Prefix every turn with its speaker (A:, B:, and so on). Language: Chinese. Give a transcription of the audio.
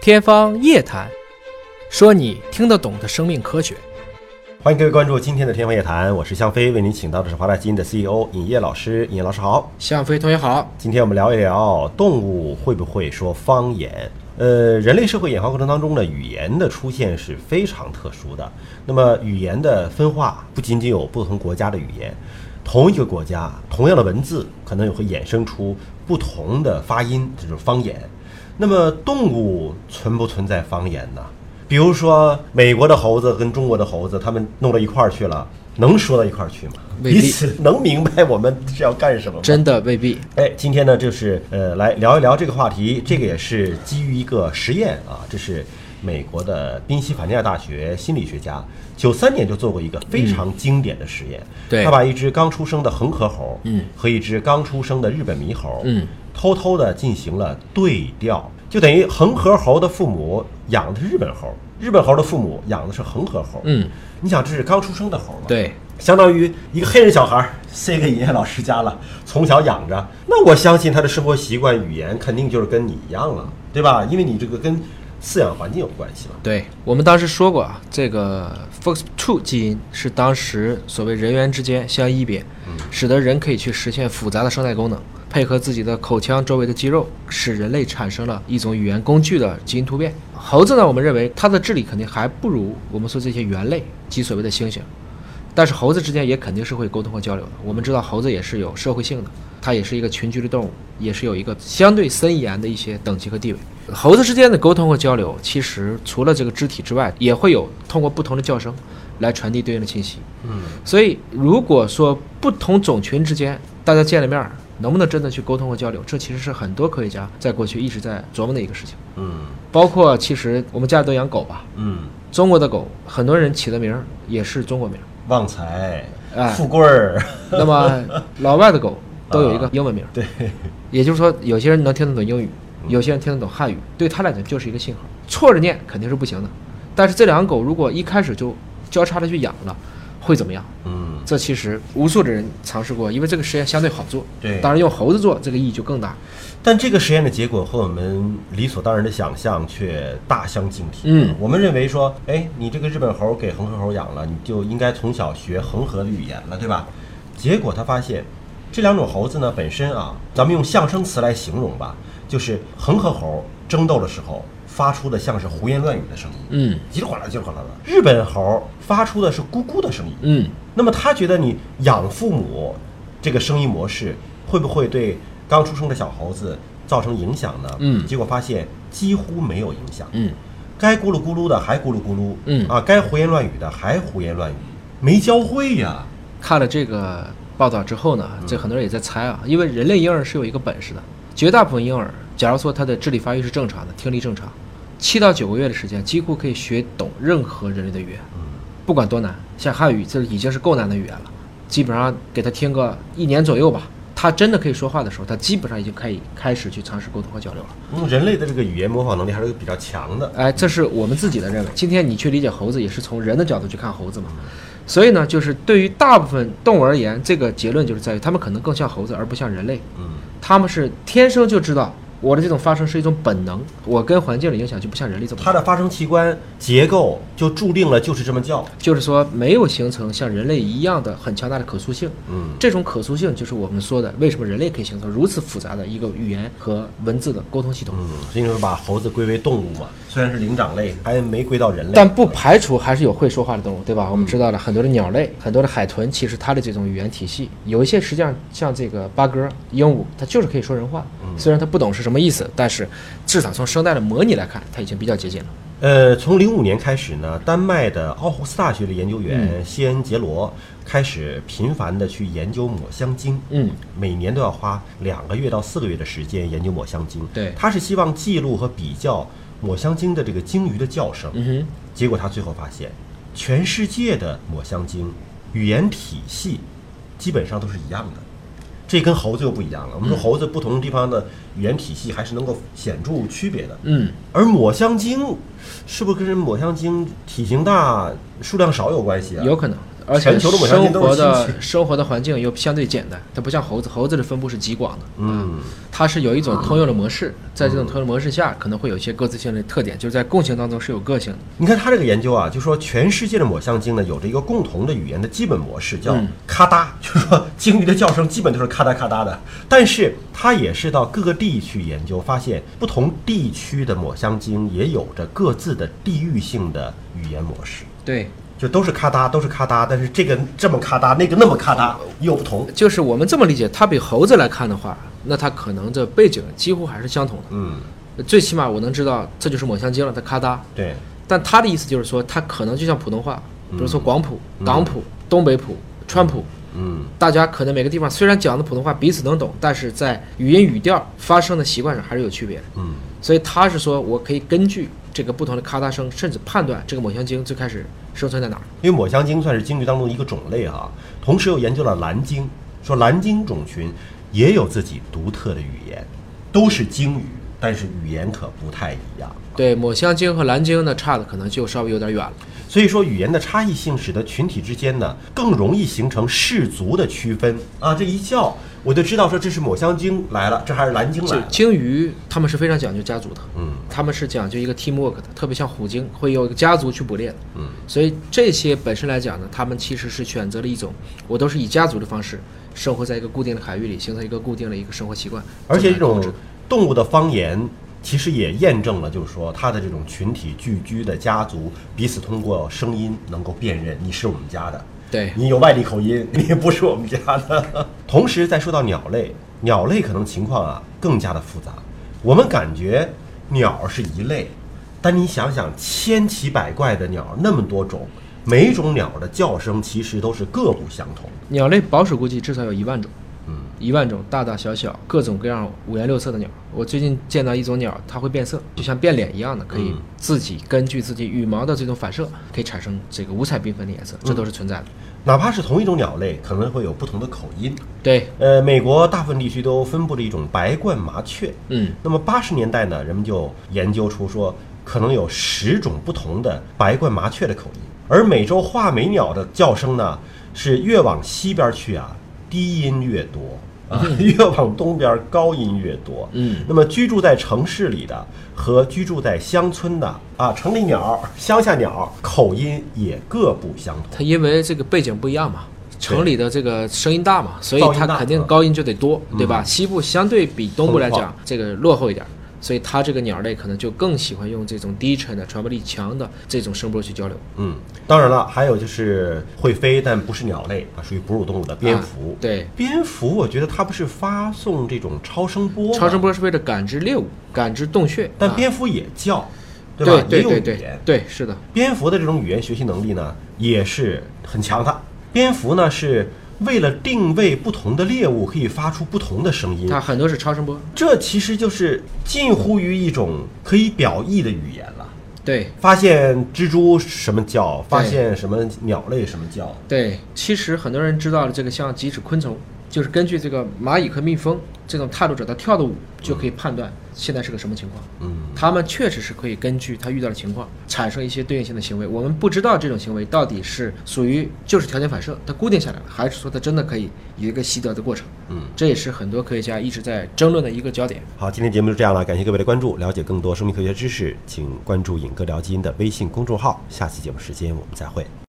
A: 天方夜谭，说你听得懂的生命科学。
B: 欢迎各位关注今天的《天方夜谭》，我是向飞，为您请到的是华大基因的 CEO 尹烨老师。尹烨老师好，
A: 向飞同学好，
B: 今天我们聊一聊动物会不会说方言。呃，人类社会演化过程当中呢，语言的出现是非常特殊的。那么，语言的分化不仅仅有不同国家的语言，同一个国家同样的文字，可能也会衍生出不同的发音，这就是方言。那么，动物存不存在方言呢？比如说，美国的猴子跟中国的猴子，他们弄到一块儿去了，能说到一块儿去吗？
A: 未必
B: 彼此能明白我们是要干什么吗？
A: 真的未必。
B: 哎，今天呢，就是呃，来聊一聊这个话题。这个也是基于一个实验啊，这是美国的宾夕法尼亚大学心理学
A: 嗯
B: 家九三年就做过一个非常经典的实验。
A: 对
B: 他把一只刚出生的恒河猴，嗯，和一只刚出生的日本猕猴，
A: 嗯，
B: 偷偷的进行了对调，就等于恒河猴的父母养的是日本猴，日本猴的父母养的是恒河猴。
A: 嗯，
B: 你想这是刚出生的猴嘛？
A: 对，
B: 相当于一个黑人小孩儿塞给尹烨老师家了，从小养着。那我相信他的生活习惯、语言肯定就是跟你一样了，对吧？因为你这个跟饲养环境有关系了。
A: 对我们当时说过啊，这个 FOX2 基因是当时所谓人猿之间相异别，使得人可以去实现复杂的生态功能，配合自己的口腔周围的肌肉，使人类产生了一种语言工具的基因突变。猴子呢，我们认为它的智力肯定还不如我们说这些猿类及所谓的猩猩，但是猴子之间也肯定是会沟通和交流的。我们知道猴子也是有社会性的，它也是一个群居的动物，也是有一个相对森严的一些等级和地位。猴子之间的沟通和交流，其实除了这个肢体之外，也会有通过不同的叫声来传递对应的信息。
B: 嗯，
A: 所以如果说不同种群之间大家见了面儿，能不能真的去沟通和交流，这其实是很多科学家在过去一直在琢磨的一个事情。
B: 嗯
A: 包括其实我们家里都养狗吧，
B: 嗯，
A: 中国的狗很多人起的名儿也是中国名儿。
B: 旺财
A: 哎、
B: 富贵儿，
A: 那么老外的狗都有一个英文名，
B: 对，嗯
A: 也就是说，有些人能听得懂英语，有些人听得懂汉语，对他来讲就是一个信号。错着念肯定是不行的，但是这两个狗如果一开始就交叉的去养了，会怎么样？
B: 嗯
A: 这其实无数的人尝试过，因为这个实验相对好做。
B: 对
A: 当然用猴子做这个意义就更大。
B: 但这个实验的结果和我们理所当然的想象却大相径庭。
A: 嗯
B: 我们认为说，哎，你这个日本猴给恒河猴养了，你就应该从小学恒河的语言了，对吧？结果他发现，这两种猴子呢本身啊，咱们用象声词来形容吧，就是恒河猴争斗的时候发出的像是胡言乱语的声音，
A: 嗯
B: 叽里呱啦叽里呱啦的；日本猴发出的是咕咕的声音，
A: 嗯，
B: 那么他觉得你养父母这个生意模式会不会对刚出生的小猴子造成影响呢？
A: 嗯
B: 结果发现几乎没有影响。
A: 嗯，
B: 该咕噜咕噜的还咕噜咕噜，
A: 嗯
B: 啊，该胡言乱语的还胡言乱语，没教会呀。
A: 看了这个报道之后呢，这很多人也在猜啊，因为人类婴儿是有一个本事的，绝大部分婴儿，假如说他的智力发育是正常的，听力正常，七到九个月的时间，几乎可以学懂任何人类的语言，不管多难，像汉语这已经是够难的语言了，基本上给他听个一年左右吧，他真的可以说话的时候，他基本上已经可以开始去尝试沟通和交流了。
B: 嗯，人类的这个语言模仿能力还是比较强的。
A: 哎，这是我们自己的认为。今天你去理解猴子，也是从人的角度去看猴子嘛。所以呢，就是对于大部分动物而言，这个结论就是在于它们可能更像猴子，而不像人类。
B: 嗯
A: 它们是天生就知道我的这种发声是一种本能，我跟环境的影响就不像人类这么
B: 它
A: 大。
B: 的发声器官结构就注定了就是这么叫。
A: 就是说，没有形成像人类一样的很强大的可塑性。
B: 嗯
A: 这种可塑性就是我们说的，为什么人类可以形成如此复杂的一个语言和文字的沟通系统。
B: 嗯，所以说把猴子归为动物嘛，虽然是灵长类，还没归到人类。
A: 但不排除还是有会说话的动物，对吧？我
B: 嗯
A: 们知道了很多的鸟类，很多的海豚，其实它的这种语言体系，有一些实际上像这个八哥、鹦鹉，它就是可以说人话。
B: 嗯
A: 虽然它不懂是什么意思，但是至少从声带的模拟来看，它已经比较接近了。
B: 呃，从零五年开始呢，丹麦的奥胡斯大学的研究
A: 嗯
B: 员谢恩杰罗开始频繁的去研究抹香鲸。
A: 嗯，
B: 每年都要花两个月到四个月的时间研究抹香鲸。
A: 对
B: 他是希望记录和比较抹香鲸的这个鲸鱼的叫声。
A: 嗯哼，
B: 结果他最后发现，全世界的抹香鲸语言体系基本上都是一样的。这跟猴子又不一样了。我们
A: 嗯
B: 说猴子不同地方的语言体系还是能够显著区别的。
A: 嗯，
B: 而抹香鲸是不是跟人抹香鲸体型大、数量少有关系啊？
A: 有可能。而且
B: 全球的我相
A: 生
B: 信都
A: 活
B: 是
A: 的
B: 亲戚。
A: 生活的环境又相对简单，它不像猴子，猴子的分布是极广的，
B: 嗯
A: 它是有一种通用的模式，在这种通用模式下，可能会有一些各自性的特点，就是在共性当中是有个性的。
B: 你看他这个研究啊，就说全世界的抹香鲸呢有着一个共同的语言的基本模式，叫咔嗒，就是说鲸鱼的叫声基本都是咔嗒咔嗒的。但是它也是到各个地区研究，发现不同地区的抹香鲸也有着各自的地域性的语言模式，
A: 对，
B: 就都是咔嗒，都是咔嗒，但是这个这么咔嗒，那个那么咔嗒，又不同。
A: 就是我们这么理解，它比猴子来看的话，那它可能这背景几乎还是相同
B: 嗯，
A: 的。最起码我能知道这就是抹香鲸了，它咔嗒。
B: 对，
A: 但它的意思就是说，它可能就像普通话，比如说广普、港普、东北普、川普，
B: 嗯
A: 大家可能每个地方虽然讲的普通话彼此能懂，但是在语音语调发声的习惯上还是有区别的。
B: 嗯。
A: 所以他是说，我可以根据这个不同的咔嗒声，甚至判断这个抹香鲸最开始生存在哪儿。
B: 因为抹香鲸算是鲸鱼当中的一个种类啊，同时又研究了蓝鲸，说蓝鲸种群也有自己独特的语言，都是鲸鱼，但是语言可不太一样。
A: 对，抹香鲸和蓝鲸呢，差的可能就稍微有点远了。
B: 所以说，语言的差异性使得群体之间呢更容易形成氏族的区分啊。这一叫我就知道说这是抹香鲸来了，这还是蓝鲸来
A: 就
B: 了。
A: 鲸鱼，他们是非常讲究家族的，
B: 嗯
A: 他们是讲究一个 teamwork 的，特别像虎鲸会有一个家族去捕猎的。
B: 嗯，
A: 所以这些本身来讲呢，他们其实是选择了一种，我都是以家族的方式生活在一个固定的海域里，形成一个固定的一个生活习惯。
B: 而且
A: 么
B: 这
A: 来控
B: 种
A: 制
B: 动物的方言，其实也验证了，就是说它的这种群体聚居的家族，彼此通过声音能够辨认你是我们家的，
A: 对
B: 你有外地口音，你不是我们家的。 同时，再说到鸟类，鸟类可能情况啊更加的复杂。我们感觉鸟是一类，但你想想，千奇百怪的鸟那么多种，每种鸟的叫声其实都是各不相同的。
A: 鸟类，保守估计至少有一万种。
B: 嗯，
A: 一万种大大小小、各种各样、五颜六色的鸟。我最近见到一种鸟，它会变色，就像变脸一样的，可以
B: 嗯
A: 自己根据自己羽毛的这种反射，可以产生这个五彩缤纷的颜色，
B: 嗯
A: 这都是存在的。
B: 哪怕是同一种鸟类，可能会有不同的口音。
A: 对，
B: 呃，美国大部分地区都分布着一种白冠麻雀。
A: 嗯，
B: 那么八十年代呢，人们就研究出说，可能有十种不同的白冠麻雀的口音。而美洲画眉鸟的叫声呢，是越往西边去啊，低音越多啊， 越往东边高音越多。
A: 嗯，
B: 那么居住在城市里的和居住在乡村的啊，城里鸟、乡下鸟口音也各不相同。
A: 它因为这个背景不一样嘛，城里的这个声音大嘛，所以
B: 噪音
A: 它
B: 大
A: 肯定
B: 嗯
A: 高音就得多，对吧？西部相对比东部来
B: 空
A: 讲，这个落后一点。所以它这个鸟类可能就更喜欢用这种低沉的、传播力强的这种声波去交流。啊
B: 嗯，当然了，还有就是会飞但不是鸟类啊，属于哺乳动物的蝙
A: 啊
B: 蝠。
A: 对，
B: 蝙蝠，我觉得它不是发送这种超声波吗，
A: 超声波是为了感知猎物、感知洞穴，
B: 但
A: 啊
B: 蝙蝠也叫，
A: 对
B: 吧？
A: 对对
B: 也有语
A: 对
B: 言。
A: 对，是的，
B: 蝙蝠的这种语言学习能力呢，也是很强的。蝙蝠呢，是为了定位不同的猎物，可以发出不同的声音。
A: 它很多是超声波。
B: 这其实就是近乎于一种可以表意的语言了。
A: 对
B: 发现蜘蛛什么叫，发现什么鸟类什么叫，
A: 对，其实很多人知道的这个像几指昆虫，就是根据这个蚂蚁和蜜蜂这种踏入者它跳的舞，就可以判断现在是个什么情况。
B: 嗯。
A: 它们确实是可以根据它遇到的情况产生一些对应性的行为。我们不知道这种行为到底是属于就是条件反射，它固定下来了，还是说它真的可以有一个习得的过程。
B: 嗯，
A: 这也是很多科学家一直在争论的一个焦点。
B: 好，今天节目就这样了，感谢各位的关注。了解更多生命科学知识，请关注“尹哥聊基因”的微信公众号。下期节目时间我们再会。